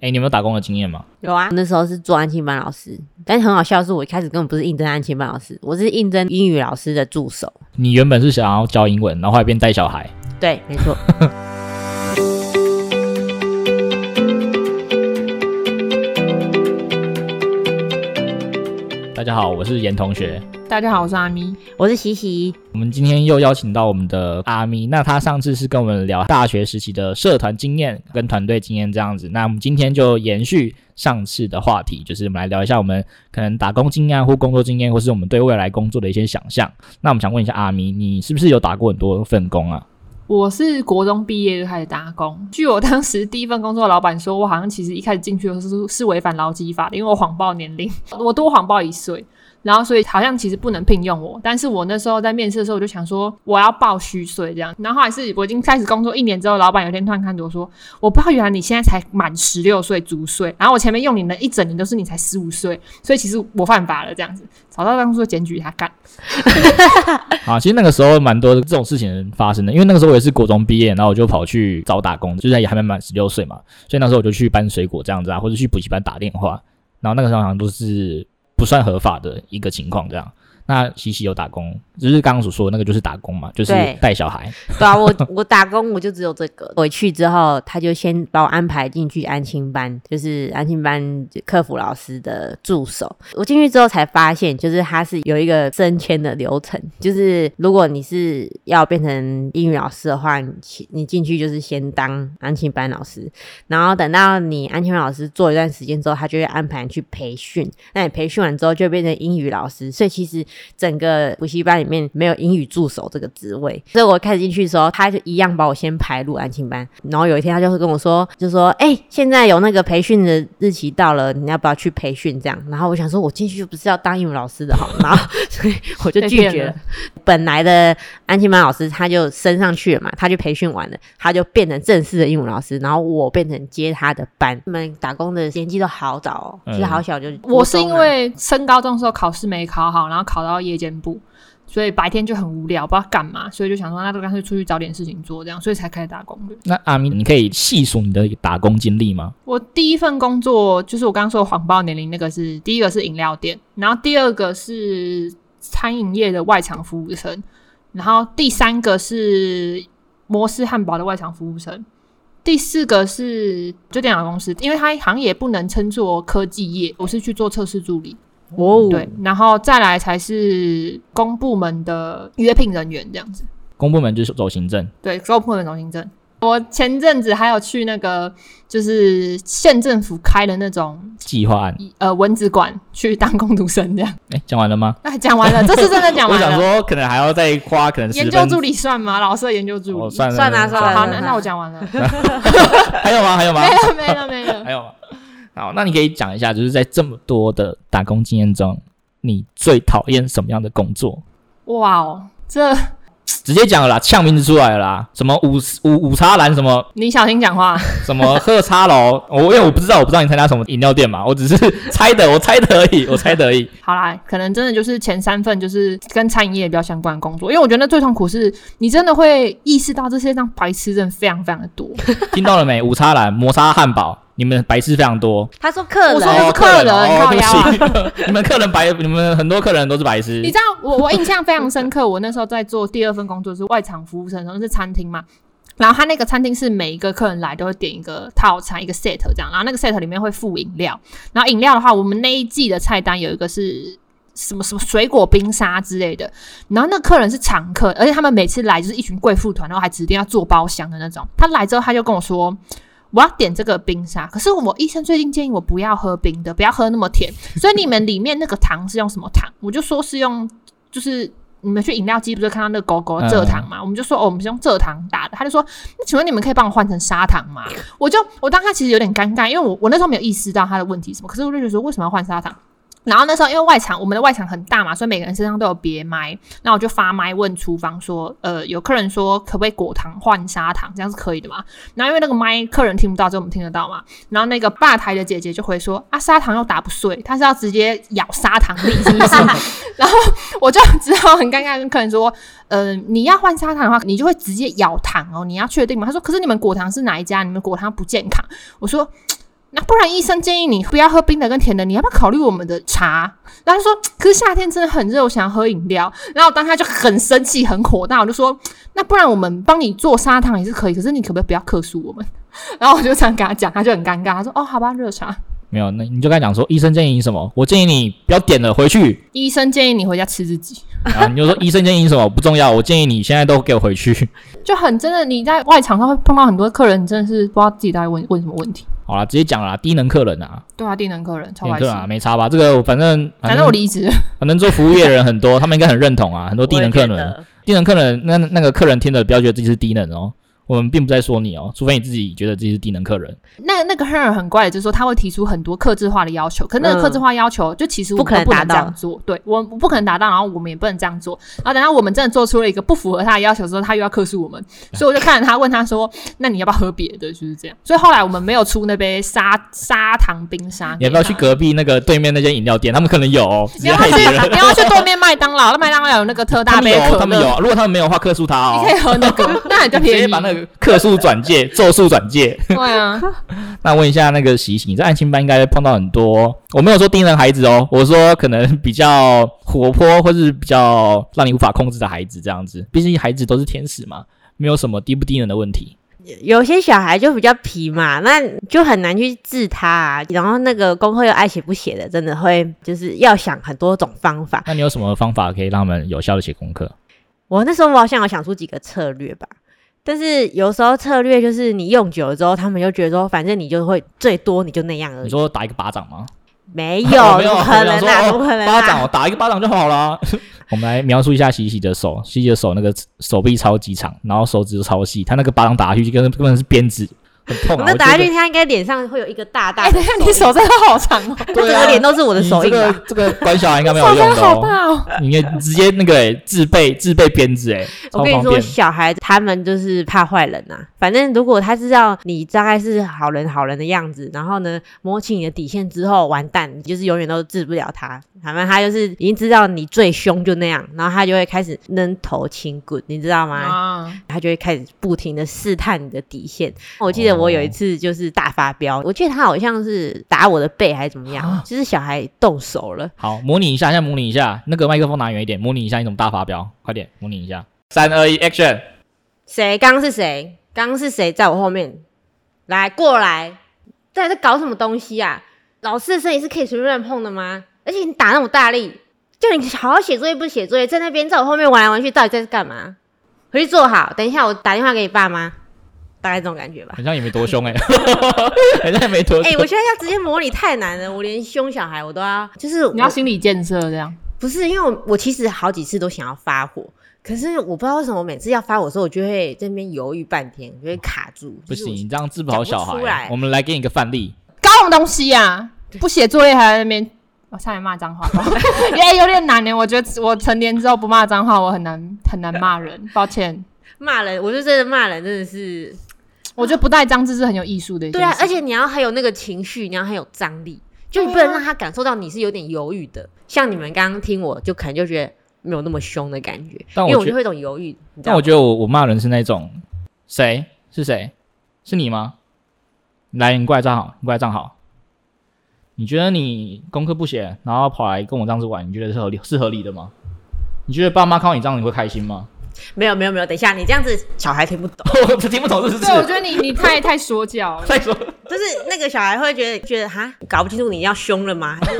哎、你有没有打工的经验吗？有啊，那时候是做安亲班老师，但是很好笑的是，我一开始根本不是应征安亲班老师，我是应征英语老师的助手。你原本是想要教英文，然后后来变带小孩，对，没错。大家好，我是严同学。大家好，我是阿咪。 我是喜喜，我们今天又邀请到我们的阿咪，那他上次是跟我们聊大学时期的社团经验跟团队经验这样子，那我们今天就延续上次的话题，就是我们来聊一下我们可能打工经验啊或工作经验，或是我们对未来工作的一些想象。那我们想问一下阿咪，你是不是有打过很多份工啊？我是国中毕业就开始打工。据我当时第一份工作的老板说，我好像其实一开始进去的时候是是违反劳基法的，因为我谎报年龄， 我多谎报一岁，然后所以好像其实不能聘用我。但是我那时候在面试的时候，我就想说我要报虚岁这样。然后后来是我已经开始工作一年之后，老板有一天突然看着我说，我不知道原来你现在才满十六岁足岁，然后我前面用你的一整年都是你才十五岁，所以其实我犯法了这样子。找到当初检举他干，啊，其实那个时候蛮多这种事情发生的，因为那个时候我也是国中毕业，然后我就跑去找打工，就是也还没满十六岁嘛，所以那时候我就去搬水果这样子啊，或者去补习班打电话，然后那个时候好像都是不算合法的一个情况这样。那西西有打工，就是刚刚所说的那个就是打工嘛，就是对带小孩。对啊，我我打工我就只有这个。回去之后，他就先把我安排进去安亲班，就是安亲班客服老师的助手。我进去之后才发现，就是他是有一个升迁的流程，就是如果你是要变成英语老师的话，你起你进去就是先当安亲班老师，然后等到你安亲班老师做一段时间之后，他就会安排你去培训。那你培训完之后，就变成英语老师。所以其实整个补习班里面没有英语助手这个职位， 所以我开始进去的时候，他就一样把我先排入安亲班。然后有一天他就会跟我说，就说：“哎、现在有那个培训的日期到了，你要不要去培训？”这样，然后我想说，我进去就不是要当英语老师的哈，然后所以我就被拒骗绝了了。本来的安亲班老师他就升上去了嘛，他就培训完了，他就变成正式的英文老师，然后我变成接他的班。你们打工的年纪都好早哦，嗯就是好小就、我是因为升高中的时候考试没考好，然后考到夜间部，所以白天就很无聊，不知道干嘛，所以就想说，那就干脆出去找点事情做，这样，所以才开始打工的。那阿咪，你可以细数你的打工经历吗？我第一份工作就是我刚刚说的谎报年龄那个是第一个是饮料店，然后第二个是餐饮业的外场服务生，然后第三个是摩斯汉堡的外场服务生，第四个是就电脑公司，因为它好像也不能称作科技业，我是去做测试助理。哦，对，嗯然后再来才是公部门的约聘人员这样子。公部门就是走行政，对，公部门中心证。我前阵子还有去那个，就是县政府开的那种计划案。呃文职馆去当工读生这样。 哎，讲完了吗？哎，讲完了，这次真的讲我完想了。说，可能还要再花可能研10究分助理算吗？老师的研究助理。哦算了算了算了好，算那了那我讲完了，还有吗？还有吗？ 没了没了没 了。还有吗？好，那你可以讲一下，就是在这么多的打工经验中，你最讨厌什么样的工作？哇哦，这直接讲了啦，呛名字出来了啦，什么五五五叉栏，什么你小心讲话。什 么喝叉楼，我因为我不知道，我不知道你参加什么饮料店嘛，我只是 猜的，我猜的而已，我猜的而 已。好啦，可能真的就是前三份就是跟餐饮业比较相关的工作，因为我觉得那最痛苦是你真的会意识到这世界上白痴真的非常非常的多。听到了没？五叉栏摩擦汉堡，你们白痴非常多。他说客我人说的是客人哦，靠腰啊对不起，你 们客人白，你们很多客人都是白痴你知。道我我印象非常深刻，我那时候在做第二份工作是外场服务生，然后是餐厅嘛。然后他那个餐厅是每一个客人来都会点一个套餐一个 set 这样，然后那个 set 里面会附饮料，然后饮料的话，我们那一季的菜单有一个是什么什么水果冰沙之类的，然后那个客人是常客，而且他们每次来就是一群贵妇团，然后还指定要做包厢的那种。他来之后他就跟我说。我要点这个冰沙，可是我医生最近建议我不要喝冰的，不要喝那么甜。所以你们里面那个糖是用什么糖？我就说是用，就是你们去饮料机不是看到那个狗狗的蔗糖嘛？我们就说哦，我们是用蔗糖打的。他就说，那请问你们可以帮我换成砂糖吗？我就我当下其实有点尴尬，因为我我那时候没有意识到他的问题是什么，可是我就觉得说为什么要换砂糖？然后那时候因为外场我们的外场很大嘛，所以每个人身上都有别麦，那我就发麦问厨房说，呃，有客人说可不可以果糖换砂糖，这样是可以的嘛？然后因为那个麦客人听不到，只有我们听得到嘛。然后那个吧台的姐姐就回说，啊，砂糖又打不碎，她是要直接咬砂糖粒，是 不是？然后我就只好很尴尬跟客人说，呃，你要换砂糖的话，你就会直接咬糖哦，你要确定吗？他说，可是你们果糖是哪一家？你们果糖不健康。我说。那不然医生建议你不要喝冰的跟甜的，你要不要考虑我们的茶？然后他说，可是夏天真的很热，我想喝饮料。然后我当下就很生气，很火大，我就说，那不然我们帮你做砂糖也是可以，可是你可不可以不要克诉我们？ 然后我就这样跟他讲，他就很尴尬，他说，哦，好吧，热茶。没有，那你就跟他讲说，医生建议你什么？我建议你不要点了，回去。医生建议你回家吃自己，然啊后你就 说，医生建议你什么不重要，我建议你现在都给我回去。 就很真的。你在外场上会碰到很多客人，你真的是不知道自己到底问问什么问题。好啦，直接讲啦，低能客人啊，对啊，低能客人超低能白客痴人。啊，没差吧？这个反正反正我离职了，反正做服务业的人很多，他们 应该很认同啊，很多低能客人。低能客人，那那个客人听了不要觉得自己是低能哦，我们并不在说你哦，除非你自己觉得自己是低能客人。那那个客人很怪的，就是说他会提出很多克制化的要求，可那嗯个克制化要求、就其实我们不可能都不能达这到样做，对我们不可能达到，然后我们也不能这样做。然后等到我们真的做出了一个不符合他的要求之后，他又要克诉 我们，所以我就看着他问他说：“那你要不要喝别的？”就是这样。所以后来我们没有出那杯砂砂糖冰沙你给他，要不要去隔壁那个对面那间饮料店？他们可能有、哦，直 你接要不害要别去？人。你要不要去对面麦当劳？那麦当劳有那个特他大们杯有可哦，乐，他们有哦。如果他们没有的话，克诉他哦你可。以喝那 个，那很就直便接宜。把那个客诉转介、咒术转介。对啊，那问一下那个习性，你在爱情班应该碰到很多，我没有说盯人孩子哦，我说可能比较活泼或是比较让你无法控制的孩子这样子，毕竟孩子都是天使嘛，没有什么低不低能的问题。有些小孩就比较皮嘛，那就很难去治他、啊。然后那个功课又爱写不写的，真的会就是要想很多种方法。那你有什么方法可以让他们有效的写功课？我那时候我好像有想出几个策略吧，但是有时候策略就是你用久了之后，他们就觉得说，反正你就会最多你就那样而你已。说打一个巴掌 吗？ 没我有，没有，怎么我可想能说啊，哦怎么可能巴掌，啊我？打一个巴掌就好了。我们来描述一下喜喜的手，喜喜的手那个手臂超级长，然后手指都超细，他那个巴掌打下去就跟根本是鞭子，很痛我啊！那打下我觉去，得，他应该脸上会有一个大大哎，的等一下你手真的好长哦，就 整对啊个脸都是我的手你印啊这吧。个这个关小孩应 该没有手真用的的好哦，大哦。 你应该直接那个哎自备自备鞭子哎，超我跟你方说，便。小孩他们就是怕坏人呐、反正如果他知道你大概是好人好人的样子，然后呢摸清你的底线之后，完蛋，你就是永远都治不了他。反正他就是已经知道你最凶就那样，然后他就会开始扔头轻滚，你知道吗？啊，他就会开始不停的试探你的底线。我记得哦我有一次就是大发飙，我记得他好像是打我的背还是怎么啊样，就是小孩动手了。好，模拟一下，现在模拟一下，那个麦克风拿远一点，模拟一下你怎么大发飙，快点模拟一下。三二一，action！谁？刚刚是谁？刚刚是谁在我后面？来，过来！在这搞什么东西啊？老师的身体是可以随便乱碰的吗？而且你打那么大力，叫你好好写作业不写作业，在那边在我后面玩来玩去，到底在干嘛？回去坐好，等一下我打电话给你爸妈，大概这种感觉吧。好像也没多凶哎， 好像也没多哎、凶。我觉得要直接模拟太难了，我连凶小孩我都要，就是我你要心理建设这样。不是因为我我其实好几次都想要发火，可是我不知道为什么每次要发火的时候，我就会在那边犹豫半天，我就会卡住。不就是我行，你这样治不好小讲不出来孩。我们来给你一个范例，搞什么东西呀、不写作业还在那边，我差点骂脏话， 也、有点难欸呢。我觉得我成年之后不骂脏话，我很难很难骂人，抱歉。骂人，我就真的骂人，真的是我觉得不带脏字是很有艺术的一件对啊，事而且你要很有那个情绪，你要很有张力，就你不能让他感受到你是有点犹豫的。像你们刚刚听我，就可能就觉得没有那么凶的感觉，但我因为我觉就会有一种犹豫。你但知道我吗？觉得我我骂人是那种，谁是谁？是你吗？来，你过来站好，你过来站好。你觉得你功课不写，然后跑来跟我这样子玩，你觉得是合理是合理的吗？你觉得爸妈看到你这样，你会开心吗？没有没有没有，等一下，你这样子小孩听不懂，我 听不懂是不对，我是？觉得你你太太说教了。再说，啊就是那个小孩会觉得觉得哈搞不清楚你要凶了吗？ 还是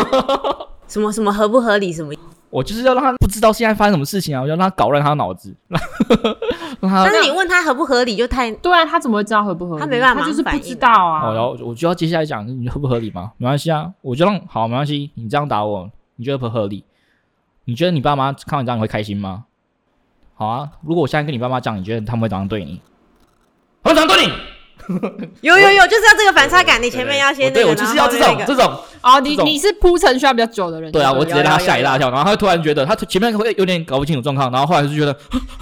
什么什么合不合理什么？我就是要让他不知道现在发生什么事情啊！我 要让他搞乱他的脑子， 让让他但是你问他合不合理，就太对啊，他怎么会知道合不合理？他没办法他就是反不应知道啊。哦，然后我就要接下来讲，你合不合理吗？没关系啊，我就让好，没关系。你这样打我，你觉得不合理？你觉得你爸妈看到你这样你会开心吗？好啊，如果我现在跟你爸妈讲，你觉得他们会怎样对你？他们怎样对你？有有有，就是要这个反差感。你前面要先那对个，我就是要这然后种后哎面那这个种，哦，你这种你是铺陈需要比较久的人。对啊，是我不直是接让他吓一大跳，然后他会突然觉得他前面会有点搞不清楚状况，然后后来就觉得，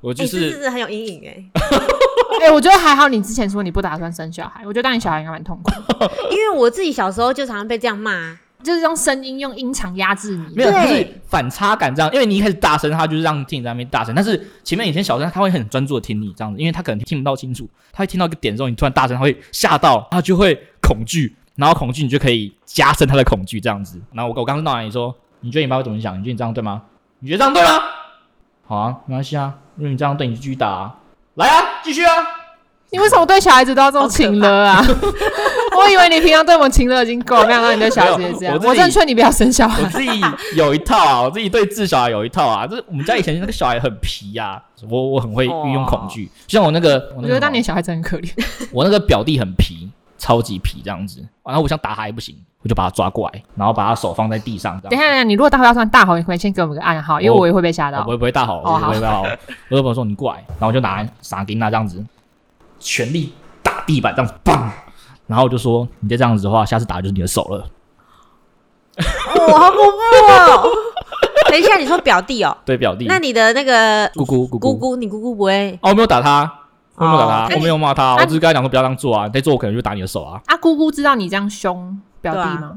我就哎，这是真的很有阴影哎。 哎、我觉得还好，你之前哦说你不打算生小孩，我觉得当你小孩应该蛮痛苦。因为我自己小时候就常常被这样骂啊，就是用声音、用音场压制你。没有，对就是反差感这样，因为你一开始大声，他就是让听你在那边大声，但是前面以前小声，他会很专注的听你这样子，因为他可能听不到清楚，他会听到一个点之后，你突然大声，他会吓到，他就会恐惧，然后恐惧你就可以加深他的恐惧这样子。然后我我刚刚闹完你说，你觉得你爸会怎么想？你觉得你这样对吗？你觉得这样对吗？好啊，没关系啊，如果你这样对，你就继续打啊，来啊，继续啊，你为什么对小孩子都要这么情了啊？ 我以为你平常对我们情了已经够了，没想到你对小孩子也这样。没有我自己我真的劝你不要生小孩我。自己有一套啊，我自己对治小孩有一套啊，就是我们家以前那个小孩很皮呀、我我很会运用恐惧，就像我那个，我哦我那个觉得什当么年小孩子很可怜，我那个表弟很皮，超级皮这样子，然后我想打他也不行，我就把他抓过来，然后把他手放在地上，这等一样。下，等一下，你如果大号算大吼，你可以先给我们个暗号，因为我我也会被吓我到不。会不会大吼，哦我不会大吼，我就朋友说你过来，然后我就拿傻给他这样子，全力打地板这样子，砰！然后我就说你再这样子的话，下次打的就是你的手了。哦，好恐怖哦！等一下，你说表弟哦，对，表弟，那你的那个姑姑姑姑姑，你姑姑不会？哦，我没有打他，我没有打他，哦我没有骂他，那我你只是跟他讲说不要这样做啊，你再做我可能就打你的手啊。啊，姑姑知道你这样凶表弟吗？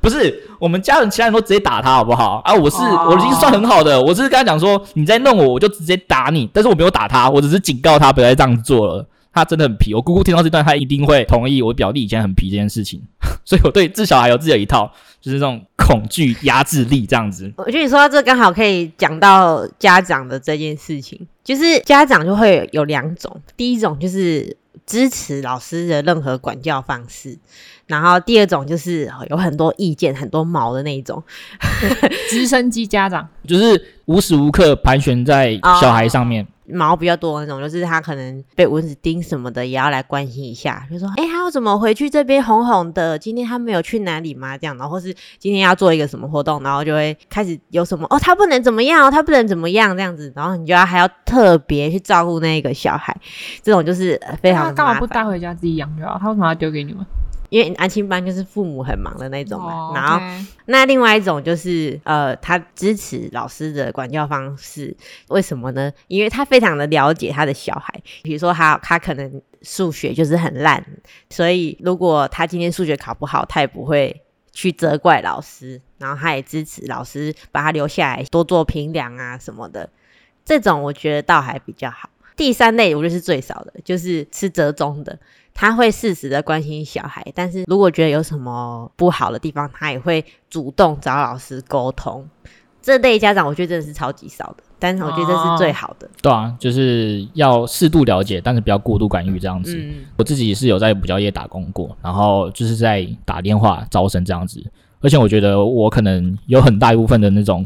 不是，我们家人其他人都直接打他好不好？啊，我是、哦我已经算很好的，我只是跟他讲说你再弄我，我就直接打你，但是我没有打他，我只是警告他不要再这样做了。他真的很皮，我姑姑听到这段，她一定会同意我表弟以前很皮这件事情， 所以我对治小孩有自己的一套，就是这种恐惧压制力这样子。我觉得你说到这，刚好可以讲到家长的这件事情，就是家长就会有两种，第一种就是支持老师的任何管教方式，然后第二种就是哦有很多意见、很多毛的那一种。 直升机家长，就是无时无刻盘旋在小孩上面。毛比较多的那种，就是他可能被蚊子叮什么的，也要来关心一下，就说：“哎、他要怎么回去这边红红的？今天他没有去哪里吗？”这样，然后或是今天要做一个什么活动，然后就会开始有什么哦，他不能怎么样哦，他不能怎么样这样子，然后你就要还要特别去照顾那个小孩，这种就是呃哎非常他的干嘛麻不烦。带回家自己养就好？他为什么要丢给你们？因为安亲班就是父母很忙的那种啊嘛，哦然后 OK 那另外一种就是呃，他支持老师的管教方式，为什么呢？因为他非常的了解他的小孩，比如说他他可能数学就是很烂，所以如果他今天数学考不好，他也不会去责怪老师，然后他也支持老师把他留下来多做评量啊什么的，这种我觉得倒还比较好。第三类我觉得是最少的，就是吃折中的，他会适时的关心小孩，但是如果觉得有什么不好的地方，他也会主动找老师沟通。这类家长我觉得真的是超级少的，但是我觉得这是最好的。对啊，就是要适度了解，但是不要过度干预这样子。嗯，我自己是有在补教业打工过，然后就是在打电话招生这样子。而且我觉得我可能有很大一部分的那种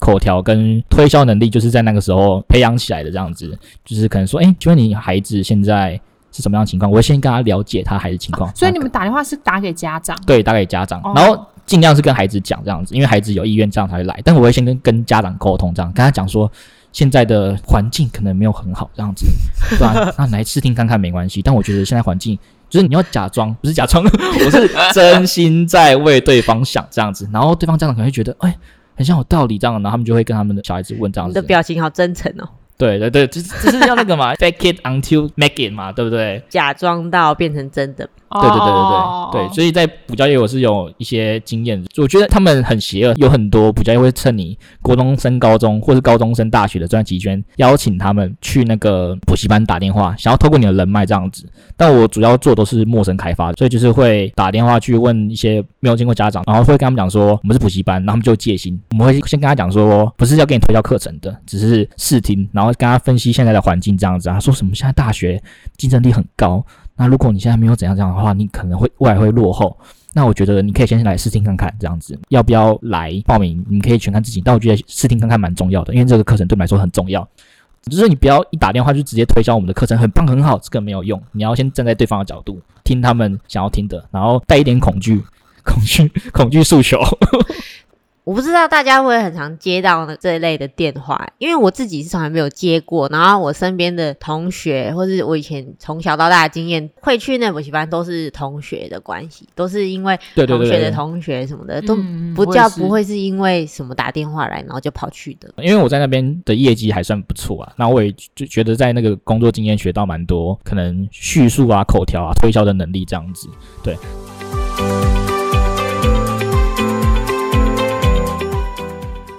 口条跟推销能力，就是在那个时候培养起来的这样子。就是可能说，哎、请问你孩子现在是什么样的情况？我会先跟他了解他孩子情况、所以你们打电话是打给家长，对，打给家长，哦然后尽量是跟孩子讲这样子，因为孩子有意愿这样才会来。但我会先跟跟家长沟通，这样跟他讲说，现在的环境可能没有很好这样 子，对吧、那你来试听看看没关系。但我觉得现在环境就是你要假装，不是假装，我是真心在为对方想这样子。然后对方家长可能会觉得，哎。很像有道理这样，然后他们就会跟他们的小孩子问这样你子的，表情好真诚哦，对对对，就是就是要那个嘛，fake it until make it 嘛，对不对？假装到变成真的。对对对对哦对对对，所以在补教业我是有一些经验，我觉得他们很邪恶，有很多补教业会趁你国中升高中或是高中升大学的专期间，邀请他们去那个补习班打电话，想要透过你的人脉这样子。但我主要做都是陌生开发，所以就是会打电话去问一些没有经过家长，然后会跟他们讲说我们是补习班，然后他们就会戒心。我们会先跟他讲说，不是要给你推销课程的，只是试听，然后跟他分析现在的环境这样子啊。他说什么现在大学竞争力很高，那如果你现在没有怎样怎样的话，你可能会未来会落后。那我觉得你可以先来试听看看，这样子要不要来报名？你可以全看自己，但我觉得试听看看蛮重要的，因为这个课程对我们来说很重要。就是你不要一打电话就直接推销我们的课程很棒很好，这个没有用。你要先站在对方的角度，听他们想要听的，然后带一点恐惧、恐惧、恐惧诉求。 我不知道大家会不会很常接到这一类的电话，因为我自己是从来没有接过。然后我身边的同学，或是我以前从小到大的经验，会去那补习班都是同学的关系，都是因为对对同对学对的同学什么的，都嗯不叫不。我也是会是因为什么打电话来，然后就跑去的。因为我在那边的业绩还算不错啊，那我也就觉得在那个工作经验学到蛮多，可能叙述啊、口条啊、推销的能力这样子。对。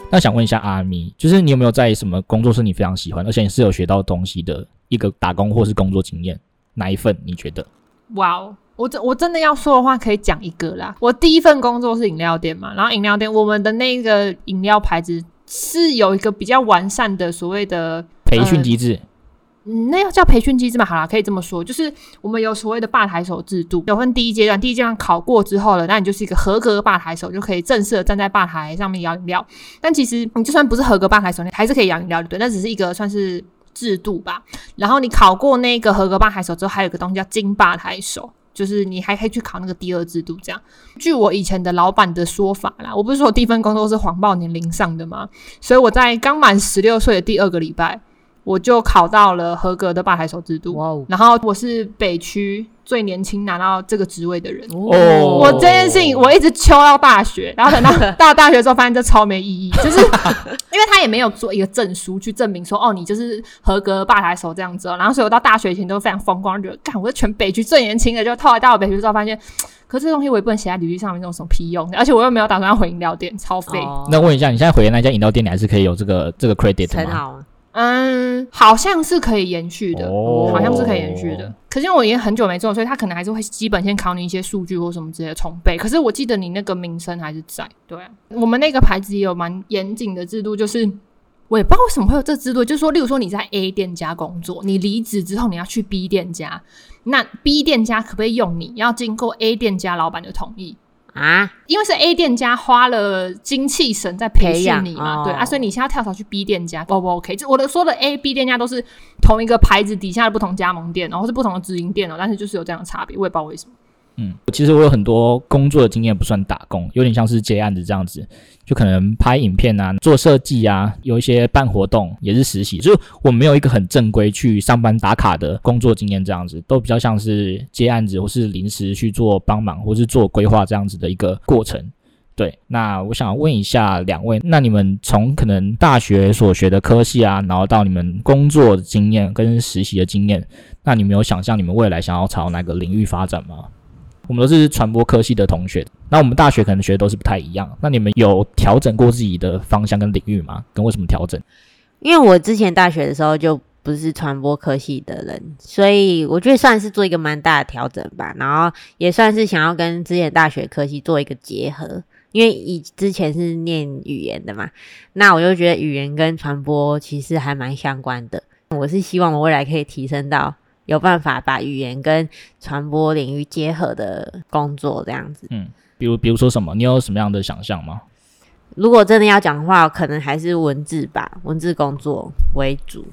那想问一下阿咪，就是你有没有在什么工作是你非常喜欢，而且你是有学到东西的一个打工或是工作经验，哪一份你觉得？哇哦！我真我真的要说的话，可以讲一个啦。我第一份工作是饮料店嘛，然后饮料店我们的那个饮料牌子是有一个比较完善的所谓的培训机制，嗯，那要叫培训机制嘛？好啦，可以这么说，就是我们有所谓的吧台手制度，有分第一阶段，第一阶段考过之后了，那你就是一个合格的吧台手，就可以正式的站在吧台上面摇饮料。但其实你就算不是合格吧台手，你还是可以摇饮料，对不对？那只是一个算是制度吧。然后你考过那个合格吧台手之后，还有一个东西叫金吧台手。就是你还可以去考那个第二制度，这样。据我以前的老板的说法啦，我不是说我第一份工作是谎报年龄上的吗？所以我在刚满十六岁的第二个礼拜，我就考到了合格的吧台手制度。哇哦！然后我是北区最年轻拿到这个职位的人。哦我这件事情我一直秋到大学，然后等到到大学之后发现这超没意义，就是因为他也没有做一个证书去证明说哦你就是合格吧台手这样子、哦，然后所以我到大学以前都非常风光，就觉得干我是全北区最年轻的，就后来到了北区之后发现，可是这东西我也不能写在履历上面，有什么屁用？而且我又没有打算要回饮料店，超废。哦那问一下，你现在回的那家饮料店，你还是可以有这个这个 credit 很吗？好啊，嗯，好像是可以延续的，哦好像是可以延续的。可是因为我已经很久没做，所以他可能还是会基本先考你一些数据或什么之类的重背。可是我记得你那个名声还是在，对啊、我们那个牌子也有蛮严谨的制度，就是。我也不知道为什么会有这制度，就是说，例如说你在 A 店家工作，你离职之后你要去 B 店家，那 B 店家可不可以用你？要经过 A 店家老板的同意。啊，因为是 A 店家花了精气神在培训你培养嘛，对哦啊，所以你现在要跳槽去 B 店家，O 不 OK？就我的说的 A、B 店家都是同一个牌子底下的不同加盟店哦，然后是不同的直营店哦，但是就是有这样的差别，我也不知道 为什么。嗯，其实我有很多工作的经验，不算打工，有点像是接案子这样子，就可能拍影片啊、做设计啊，有一些办活动也是实习，就是我没有一个很正规去上班打卡的工作经验，这样子都比较像是接案子或是临时去做帮忙或是做规划这样子的一个过程。对，那我想问一下两位，那你们从可能大学所学的科系啊，然后到你们工作的经验跟实习的经验，那你们有想象你们未来想要朝哪个领域发展吗？我们都是传播科系的同学，那我们大学可能学的都是不太一样。那你们有调整过自己的方向跟领域吗？跟为什么调整？因为我之前大学的时候就不是传播科系的人，所以我觉得算是做一个蛮大的调整吧，然后也算是想要跟之前大学科系做一个结合。因为以之前是念语言的嘛，那我就觉得语言跟传播其实还蛮相关的。我是希望我未来可以提升到有办法把语言跟传播领域结合的工作这样子。比如，比如说什么？你有什么样的想象吗？如果真的要讲的话，可能还是文字吧，文字工作为主。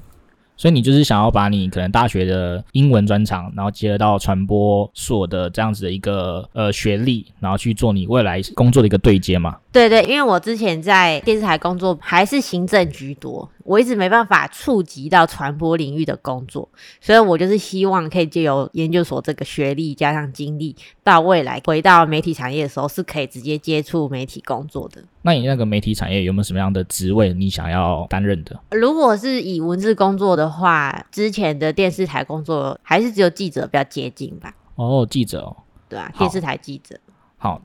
所以你就是想要把你可能大学的英文专长，然后结合到传播所的这样子的一个呃学历，然后去做你未来工作的一个对接嘛？对对，因为我之前在电视台工作还是行政居多，我一直没办法触及到传播领域的工作，所以我就是希望可以借由研究所这个学历加上经历，到未来回到媒体产业的时候，是可以直接接触媒体工作的。那你那个媒体产业有没有什么样的职位你想要担任的？如果是以文字工作的话，之前的电视台工作还是只有记者比较接近吧，哦，记者哦。对吧、好电视台记者。好，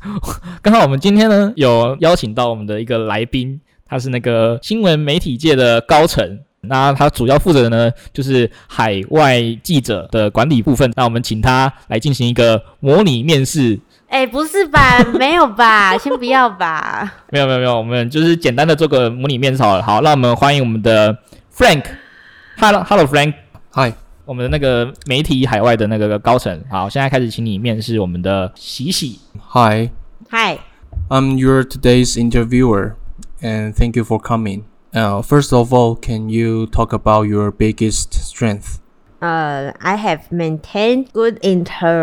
刚好我们今天呢有邀请到我们的一个来宾，他是那个新闻媒体界的高层。那他主要负责的呢，就是海外记者的管理部分。那我们请他来进行一个模拟面试。哎，不是吧？没有吧？先不 要吧。没有没有没有，我们就是简单的做个模拟面试好了。好，那我们欢迎我们的 Frank。Hello Hello Frank，嗨，我们的那个媒体海外的那个高层。好，现在开始请你面试我们的喜喜。 hi. 嗨， I'm your today's interviewer, and thank you for coming. Uh, first of all, can you talk about your biggest strength? Uh, I have maintained good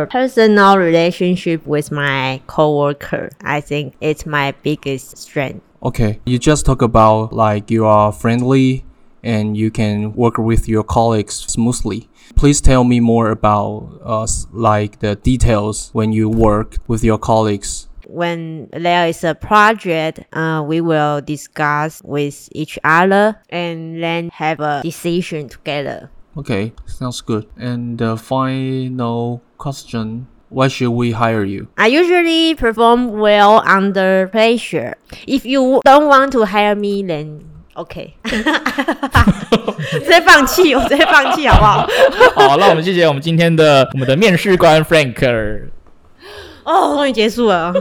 interpersonal relationship with my coworker. I think it's my biggest strength. Okay, you just talk about like you are friendly and you can work with your colleagues smoothly. Please tell me more about us, like the details when you work with your colleagues. When there is a project, uh, we will discuss with each other and then have a decision together. Okay, sounds good. And the final uh, question Why should we hire you? I usually perform well under pressure. If you don't want to hire me, then OK 直接放弃，我直接放弃好不 好？好，那我们谢谢我们今天的我们的面试官 Frank。哦，终于结束了。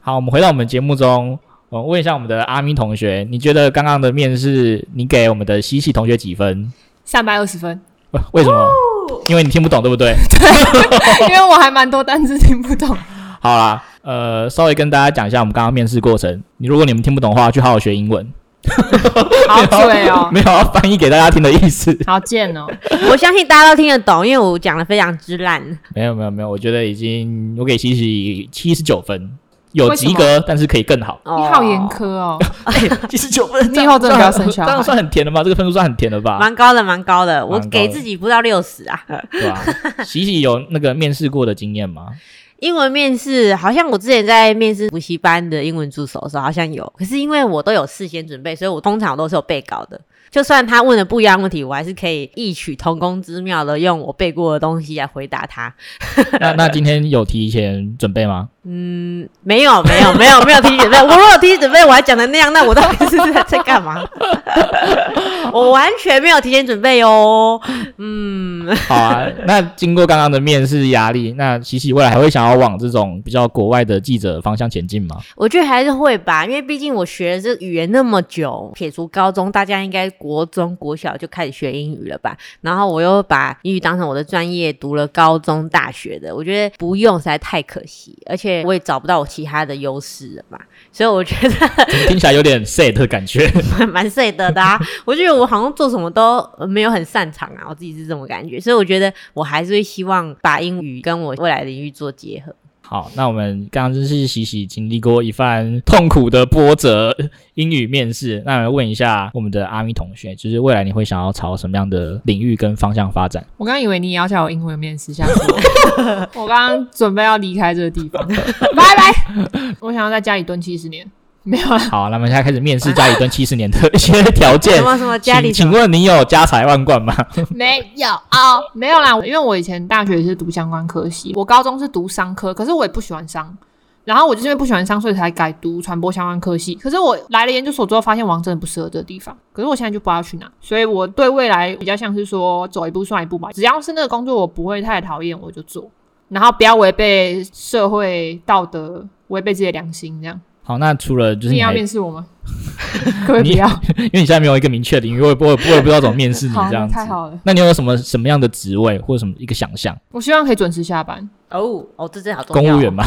好，我们回到我们节目中，我问一下我们的阿咪同学，你觉得刚刚的面试，你给我们的西西同学几分？三百二十分，呃为什哦么？因为你听不懂，对不对？ 因为我还蛮多单字听不懂。好啦，呃，稍微跟大家讲一下我们刚刚面试过程。你如果你们听不懂的话，去好好学英文。好嘴哦， 没有要翻译给大家听的意思。好贱哦。 我相信大家都听得懂，因为我讲的非常之烂。没有没有没有，我觉得已经我给西西七十九分，有为什及么格，但是可以更好。你你好严，苛哦，七十九 分，你以后真的不要生小这样孩。算很甜了吧？这个分数算很甜了吧？蛮高的，蛮高的。我蛮高的给自己不到六十啊。对吧、喜喜有那个面试过的经验吗？英文面试好像我之前在面试补习班的英文助手的时候好像有，可是因为我都有事先准备，所以我通常都是有备稿的。就算他问的不一样的问题，我还是可以异曲同工之妙的用我背过的东西来回答他。 那那今天有提前准备吗？嗯，没有，没有，没有，没有提准备。我如果有提准备，我还讲的那样，那我到底是在在干 嘛？我完全没有提前准备哦。嗯，好啊，那经过刚刚的面试压力，那喜喜未来还会想要往这种比较国外的记者方向前进吗？我觉得还是会吧，因为毕竟我学了这语言那么久，撇除高中，大家应该国中、国小就开始学英语了吧？然后我又把英语当成我的专业，读了高中、大学的，我觉得不用实在太可惜，而且我也找不到我其他的优势了嘛，所以我觉得怎么听起来有点 sad 的感觉？ 蛮舍得的、啊。我觉得我好像做什么都呃没有很擅长啊，我自己是这种感觉，所以我觉得我还是会希望把英语跟我未来的领域做结合。好，那我们刚刚真是喜喜经历过一番痛苦的波折，英语面试。那来问一下我们的阿咪同学，就是未来你会想要朝什么样的领域跟方向发展？我刚以为你也要叫我英文面试，吓死 我！我刚刚准备要离开这个地方，拜拜。我想要在家里蹲七十年，没有啦，好，那么现在开始面试家里蹲七十年的一些条件 什。么什么家里请什请么？问你有家财万贯吗？ 没有哦，没有啦。因为我以前大学也是读相关科系，我高中是读商科，可是我也不喜欢商。然后我就是因为不喜欢商，所以才改读传播相关科系。可是我来了研究所之后，发现王真的不适合这个地方。可是我现在就不知道去哪，所以我对未来比较像是说走一步算一步吧。只要是那个工作我不会太讨厌，我就做，然后不要违背社会道德，违背自己的良心，这样。好，那除了就是你你要还，面试 我吗？可不可以你不要？因为你现在没有一个明确的领域，我也不我也不我也不知道怎么面试你好，这样子。太好了！那你有什么什么样的职位或者什么一个想象？我希望可以准时下班。哦哦，这真的好重公要哦。务 员吧，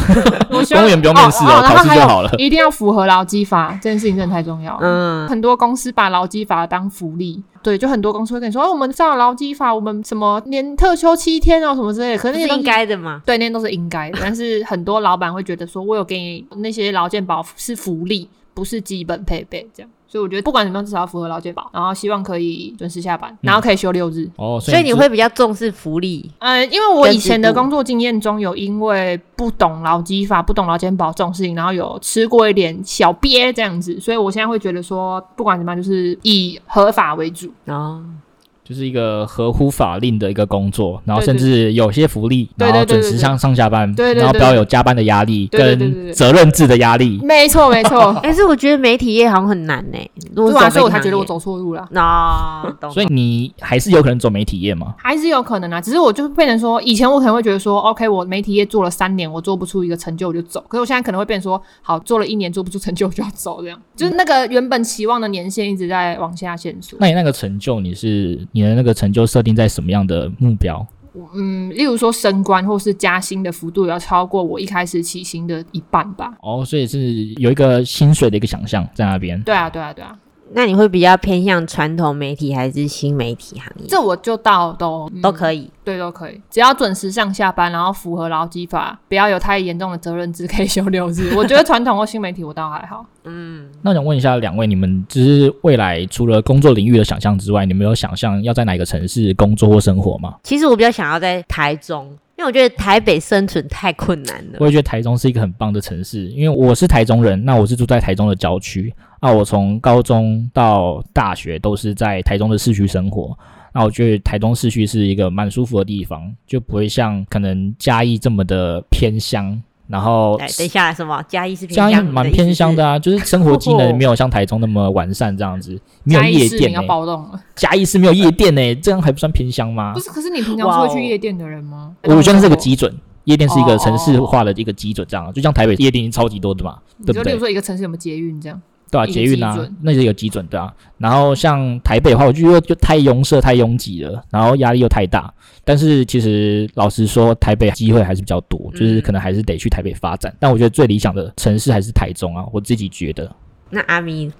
我希望公务员不用面试哦哦，然后考试还就有好了。一定要符合劳基法，这件事情真的太重要了。嗯，很多公司把劳基法当福利，对，就很多公司会跟你说，哦，我们照劳基法，我们什么连特休七天哦，什么之类的。可这是是那应些东西，该的嘛。对，那些都是应该的。但是很多老板会觉得说，我有给你那些劳健保是福利，不是基本配备这样。所以我觉得不管怎么样，至少要符合劳健保，然后希望可以准时下嗯班，然后可以休六日。哦，所以你就会比较重视福利，嗯，因为我以前的跟制度工作经验中有因为不懂劳基法、不懂劳健保这种事情，然后有吃过一点小鳖这样子，所以我现在会觉得说，不管怎么样，就是以合法为主。哦，，就是一个合乎法令的一个工作，然后对甚至有些福利，对对然后对准对时对上上下班，对对对然后不要有加班的压力对对对对跟对责任制的压力。 没错， 啊没错但哎是我觉得媒体业好像很难呢、如果对走媒啊，体所以我才觉得行我业走错路了。哦，懂。所以你还是有可能走媒体业嘛？还是有可能啊，只是我就变成说，以前我可能会觉得说，OK，我媒体业做了三年，我做不出一个成就我就走。可是我现在可能会变成说，好，做了一年做不出成就我就要走，这样就是那个原本期望的年限一直在往下限缩。那你那个成就，你是你的那个成就设定在什么样的目标？嗯，例如说升官或是加薪的幅度也要超过我一开始起薪的一半吧。哦，所以是有一个薪水的一个想象在那边。对啊，对啊，对啊，那你会比较偏向传统媒体还是新媒体行业？这我就到都、嗯都可以。对，都可以，只要准时上下班，然后符合劳基法，不要有太严重的责任制，可以休 六日。我觉得传统或新媒体我倒还好。嗯，那我想问一下两位，你们就是未来除了工作领域的想象之外，你们有想象要在哪个城市工作或生活吗？其实我比较想要在台中，因为我觉得台北生存太困难了。我也觉得台中是一个很棒的城市，因为我是台中人，那我是住在台中的郊区啊，我从高中到大学都是在台中的市区生活。那我觉得台东市区是一个蛮舒服的地方，就不会像可能嘉义这么的偏乡。然后哎，等一下，什么嘉义是偏嘉义乡的蛮意思偏乡的是。啊，就是生活机能没有像台中那么完善这样子，没有嘉义夜市民店、要欸。暴动了。嘉义市没有夜店呢、欸这样还不算偏乡吗不？是，可是你平常是哇会哦去夜店的人吗？哦我觉得是个基，基准，夜店是一哦个哦城市化的一个基准，这样就像台北夜店超级多的嘛，你对就不例如对？说一个城市有没有捷运这样，对啊，一个捷运基啊准，那是一个基准，对啊。然后像台北的话，我就觉得就太拥塞、太拥挤了，然后压力又太大。但是其实老实说，台北机会还是比较多，就是嗯可能还是得去台北发展。但我觉得最理想的城市还是台中啊，我自己觉得。那阿咪，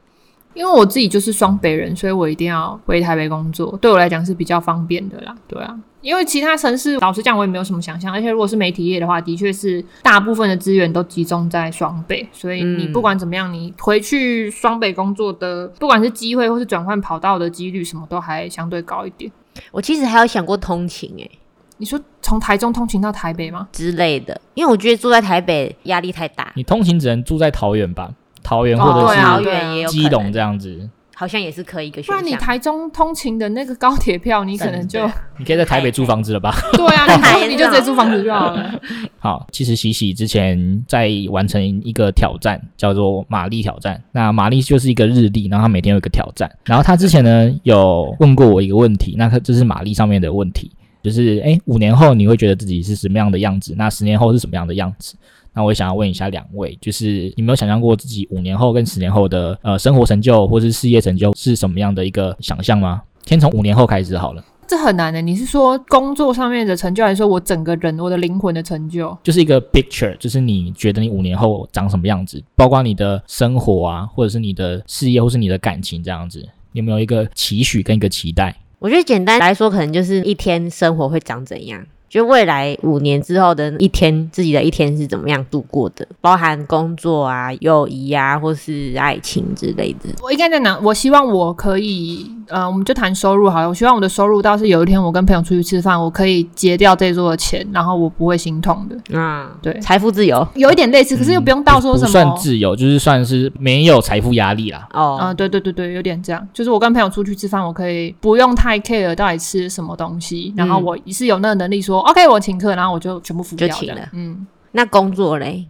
因为我自己就是双北人，所以我一定要回台北工作，对我来讲是比较方便的啦。对啊，因为其他城市老实讲我也没有什么想象，而且如果是媒体业的话，的确是大部分的资源都集中在双北，所以你嗯不管怎么样，你回去双北工作的，不管是机会或是转换跑道的几率，什么都还相对高一点。我其实还有想过通勤哎、你说从台中通勤到台北吗？之类的，因为我觉得住在台北压力太大，你通勤只能住在桃园吧？桃园哦或对者啊桃园也有是可基隆能这样子，好像也是可以一个选不然啊你项。台中通勤的那个高铁票，你可能就对你可以在台北租房子了吧？对啊，你就你就直台接中租房子就好了。好，其实喜喜之前在完成一个挑战，叫做玛丽挑战。那玛丽就是一个日历，然后她每天有一个挑战。然后她之前呢有问过我一个问题，那她这是玛丽上面的问题，就是诶，五年后你会觉得自己是什么样的样子？那十年后是什么样的样子？那我也想要问一下两位，就是你有没有想象过自己五年后跟十年后的呃生活成就或是事业成就是什么样的一个想象吗？先从五年后开始好了。这很难的。你是说工作上面的成就，还是说我整个人、我的灵魂的成就？就是一个 picture，就是你觉得你五年后长什么样子，包括你的生活啊，或者是你的事业，或是你的感情这样子，你有没有一个期许跟一个期待？我觉得简单来说，可能就是一天生活会长怎样，就未来五年之后的一天，自己的一天是怎么样度过的，包含工作啊、友谊啊，或是爱情之类的。我应该在哪？我希望我可以，呃，我们就谈收入好了。我希望我的收入倒是有一天我跟朋友出去吃饭，我可以结掉这桌的钱，然后我不会心痛的。嗯嗯，对财富自由有一点类似，可是又不用到说不什不么。算自由，就是算是没有财富压力啦。哦，啊、对对对对，有点这样，就是我跟朋友出去吃饭，我可以不用太 care 到底吃什么东西，然后嗯我是有那个能力说、OK 我请客，然后我就全部付就掉请这样了嗯那工作嘞？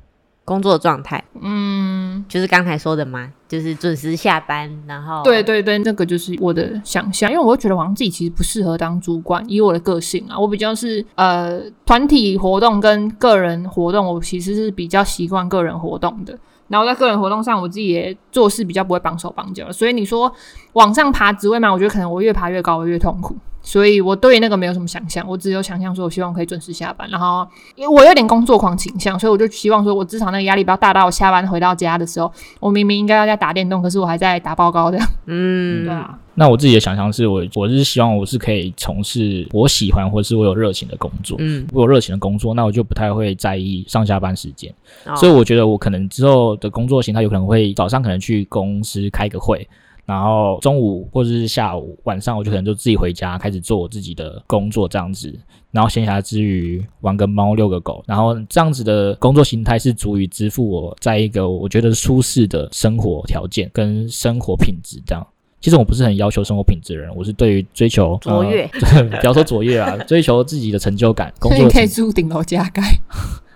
工作状态嗯，就是刚才说的嘛，就是准时下班，然后对对对，那个就是我的想象，因为我会觉得我好像自己其实不适合当主管，以我的个性啊，我比较是呃团体活动跟个人活动，我其实是比较习惯个人活动的。然后在个人活动上，我自己也做事比较不会绑手绑脚的，所以你说往上爬职位嘛，我觉得可能我越爬越高，我越痛苦。所以我对那个没有什么想象，我只有想象说，我希望可以准时下班。然后，因为我有点工作狂倾向，所以我就希望说，我职场那个压力不要大到我下班回到家的时候，我明明应该要在打电动，可是我还在打报告这样。嗯，对啊，那我自己的想象是我我是希望我是可以从事我喜欢或是我有热情的工作。嗯，我有热情的工作，那我就不太会在意上下班时间。哦所以我觉得我可能之后的工作形态有可能会早上可能去公司开个会，然后中午或者是下午、晚上我就可能就自己回家开始做我自己的工作这样子，然后闲暇之余玩个猫、遛个狗，然后这样子的工作形态是足以支付我在一个我觉得舒适的生活条件跟生活品质这样。其实我不是很要求生活品质的人，我是对于追求卓越，呃不要说卓越啊，追求自己的成就感，工所以作你的可以成就，住顶楼加盖，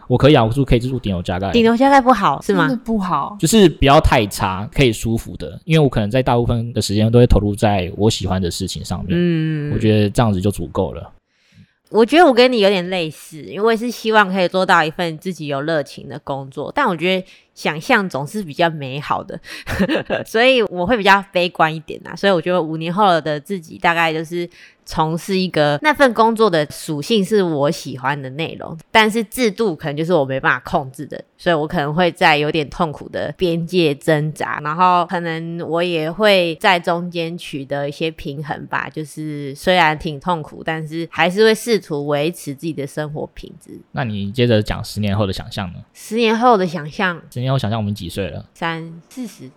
我可以啊，我是可以住顶楼加盖的，顶楼加盖不好是真的吗？不好。就是不要太差，可以舒服的，因为我可能在大部分的时间都会投入在我喜欢的事情上面，嗯，我觉得这样子就足够了。我觉得我跟你有点类似，因为我也是希望可以做到一份自己有热情的工作，但我觉得想象总是比较美好的， 所以我会比较悲观一点啊。所以我觉得五年后的自己大概就是从事一个那份工作的属性是我喜欢的内容，但是制度可能就是我没办法控制的，所以我可能会在有点痛苦的边界挣扎，然后可能我也会在中间取得一些平衡吧。就是虽然挺痛苦，但是还是会试图维持自己的生活品质。那你接着讲十年后的想象呢？十年后的想象，十年后想象我们几呃岁了？三四十，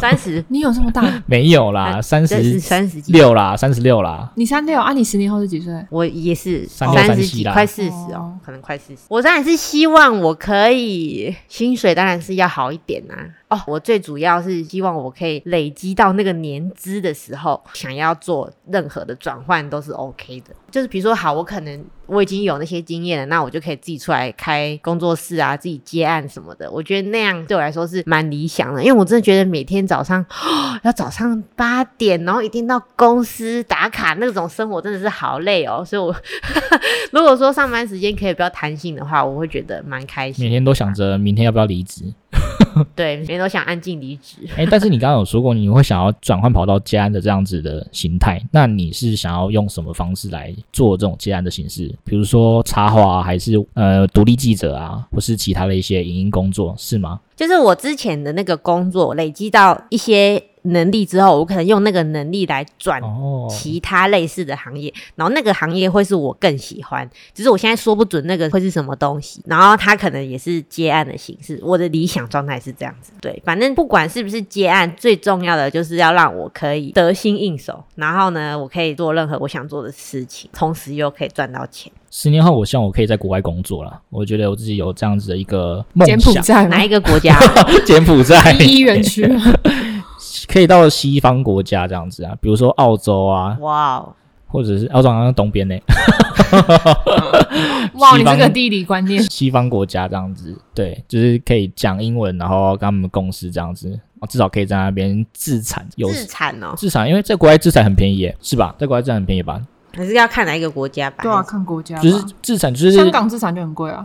三十，你有这么大？没有啦，三这是十三十几六啦，三十六啦。你三六啊？你十年后是几岁？我也是三六三十七几，啦快四十哦哦，可能快四十。我当然是希望我可以薪水当然是要好一点啊，哦，我最主要是希望我可以累积到那个年资的时候，想要做任何的转换都是 OK 的。就是比如说，好，我可能我已经有那些经验了，那我就可以自己出来开工作室啊，自己接案什么的。我觉得那样对我来说是蛮理想的，因为我真的觉得每天早上要早上八点，然后一定到公司打卡那种生活真的是好累哦。所以我 如果说上班时间可以不要弹性的话，我会觉得蛮开每心。天都想着明天要不要离职。对，每天都想安静离职。哎、但是你刚刚有说过，你会想要转换跑道接案的这样子的形态，那你是想要用什么方式来做这种接案的形式？比如说插画、啊，还是呃独立记者啊，或是其他的一些影音工作，是吗？就是我之前的那个工作累积到一些能力之后，我可能用那个能力来转哦其他类似的行业，然后那个行业会是我更喜欢，只是我现在说不准那个会是什么东西。然后它可能也是接案的形式，我的理想状态是这样子。对，反正不管是不是接案，最重要的就是要让我可以得心应手，然后呢，我可以做任何我想做的事情，同时又可以赚到钱。十年后，我希望我可以在国外工作啦。我觉得我自己有这样子的一个梦柬埔想， 哎寨吗哪？一个国家？柬埔寨第一园 区可以到西方国家这样子啊，比如说澳洲啊，哇哦！或者是澳洲好像东边呢、哇，西你方这个地理观念，西方国家这样子，对，就是可以讲英文，然后跟他们共事这样子，哦至少可以在那边自产有自产 哦，自产，因为在国外自产很便宜耶，是吧？在国外自产很便宜吧？还是要看哪一个国家吧。对啊，看国家吧，就是自产，就是香港资产就很贵啊。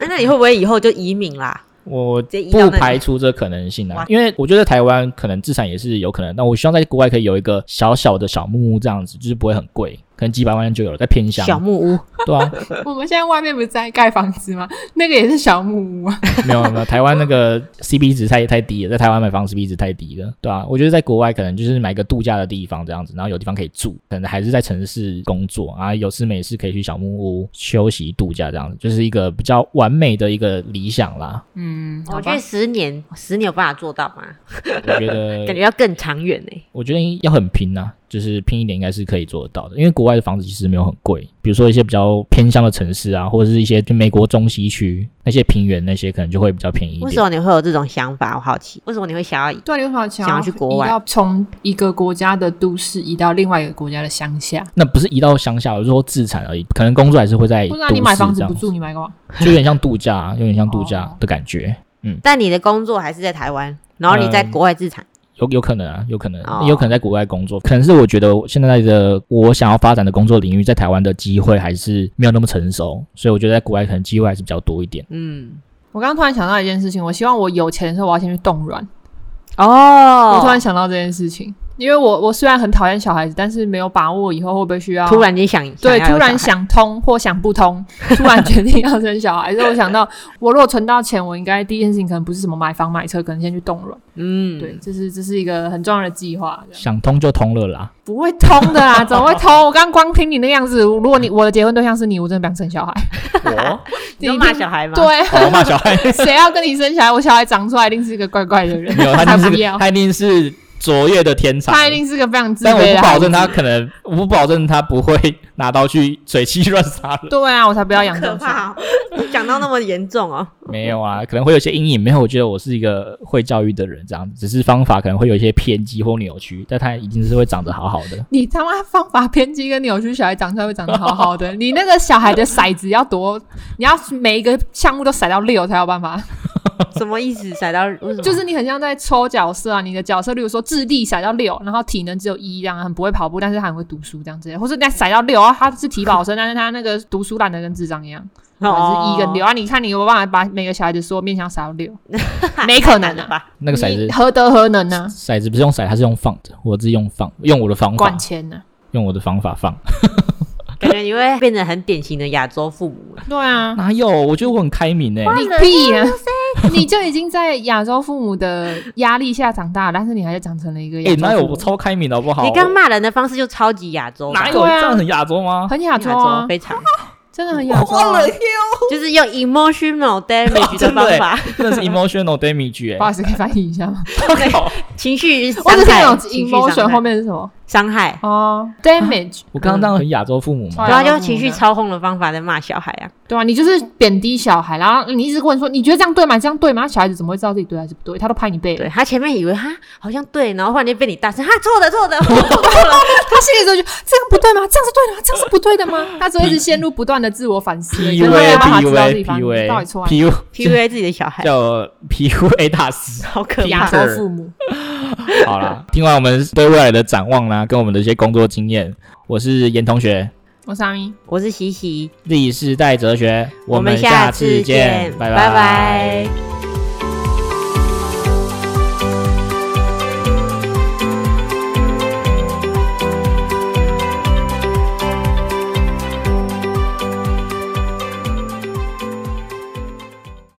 哎那你会不会以后就移民啦？我接移到那不里排除这可能性啊哇，因为我觉得台湾可能自产也是有可能。那我希望在国外可以有一个小小的小木屋这样子，就是不会很贵，可能几百万就有了，在偏乡。小木屋，对啊，我们现在外面不是在盖房子吗？那个也是小木 屋啊。没有没有，台湾那个 CP 值太太低了，在台湾买房 CP 值太低了，对啊，我觉得在国外可能就是买个度假的地方这样子，然后有地方可以住，可能还是在城市工作啊，有事没事可以去小木屋休息度假这样子，就是一个比较完美的一个理想啦。嗯，我好觉吧得十年，十年有办法做到吗？我觉得感觉要更长远欸呢、我觉得要很拼啊，就是拼一点应该是可以做得到的，因为国外的房子其实没有很贵，比如说一些比较偏乡的城市啊，或者是一些就美国中西区那些平原那些可能就会比较便宜一为点什。么你会有这种想法？我好奇，为什么你会想要？对，你为什么想想要去国外啊移到从一个国家的都市移到另外一个国家的乡下？那不是移到乡下，我是说自产而已，可能工作还是会在不都市知道这你买房子样不，住，你买干嘛？就有点像度假、啊有点像度假哦的感觉，但你的工作还是在台湾，然后你在国外自产，有有可能啊，有可能，哦也有可能在国外工作，可能是我觉得我现在的我想要发展的工作领域，在台湾的机会还是没有那么成熟，所以我觉得在国外可能机会还是比较多一点。嗯，我刚刚突然想到一件事情，我希望我有钱的时候，我要先去冻卵。哦，我突然想到这件事情，因为我我虽然很讨厌小孩子，但是没有把握以后会不会需要突然间想，对想要突有小然孩，想通或想不通， 突然决定要生小孩，所以我想到我如果存到钱，我应该第一件事情可能不是什么买房买车，可能先去冻卵。嗯，对，，这是这是一个很重要的计划，这样想通就通了啦，不会通的啦，怎么会通？我刚光听你那样子，如果你我的结婚对象是你，我真的不想生小 孩。我你有一骂定小孩吗？，对，我骂小 孩，谁要跟你生小孩？我小孩长出来一定是一个怪怪的人，没有，他才一定不是要个，他一定是卓越的天才，他一定是个非常自但我卑的不孩保子。证他可能，我不保证他不会拿刀去水气乱杀人。对啊，我才不要养这可种小孩。怕、哦，讲到那么严重 哦， 没有啊，可能会有一些阴影。没有，我觉得我是一个会教育的人，这样子，只是方法可能会有一些偏激或扭曲，但他一定是会长得好好的。你他妈方法偏激跟扭曲，小孩长出来会长得好好的。你那个小孩的骰子要多，你要每一个项目都骰到六才有办法。什么意思？甩到为啊什么？就是你很像在抽角色啊，你的角色，例如说智力骰到六，然后体能只有一，这样很不会跑步，但是他很会读书这样之类的，或是那骰到六，然后他是体保生，但是他那个读书懒得跟智障一样，哦还是一 跟六啊。你看你有没有办法把每个小孩子说面向骰到六，没可能啊，吧？那个骰你子，何德何能啊呢、骰子不是用骰，它是用放的，我是用放，用我的方法管，钱啊呢、用我的方法放。感觉你会变成很典型的亚洲父母，对啊， 哪有？我觉得我很开明欸诶、你屁啊！你就已经在亚洲父母的压力下长大了，但是你还是长成了一个诶、亚洲哎欸哪有？父我母，超开明的好不好？你刚骂人的方式就超级亚洲我吧，哪有对啊这样很亚洲 吗？很亚洲亚啊洲，非 常，真的很亚洲、啊。就是用 emotional damage 的真的方欸法。真的是 emotional damage 不好诶、意思，可以翻译一下吗？ 靠情绪伤我害，只情听有绪伤 emotion 害后面是什么？伤害，哦，damage， 我刚刚当很亚洲父母嘛嗯，对啊，对啊就情绪操控的方法在骂小孩啊。对啊，你就是贬低小孩，然后你一直问说，你觉得这样对吗？这样对吗？小孩子怎么会知道自己对还是不对？他都拍你背了对，他前面以为哈好像对，然后忽然间被你大声哈错的错的，我错 了。他心里就觉得这样不对吗？这样是对的吗？这样是不对的 吗？他只会一直陷入不断的自我反思，就没有办法知道自己方到底错在哪 PUA，PUA，PUA， PUA 自己的小孩，叫 PUA 大 师。好可亚怕。洲父母，好啦，听完我们对未来的展望啦，跟我们的一些工作经验，我是严同学，我上一。我是喜喜，历史代哲学，我们下下次见，见拜拜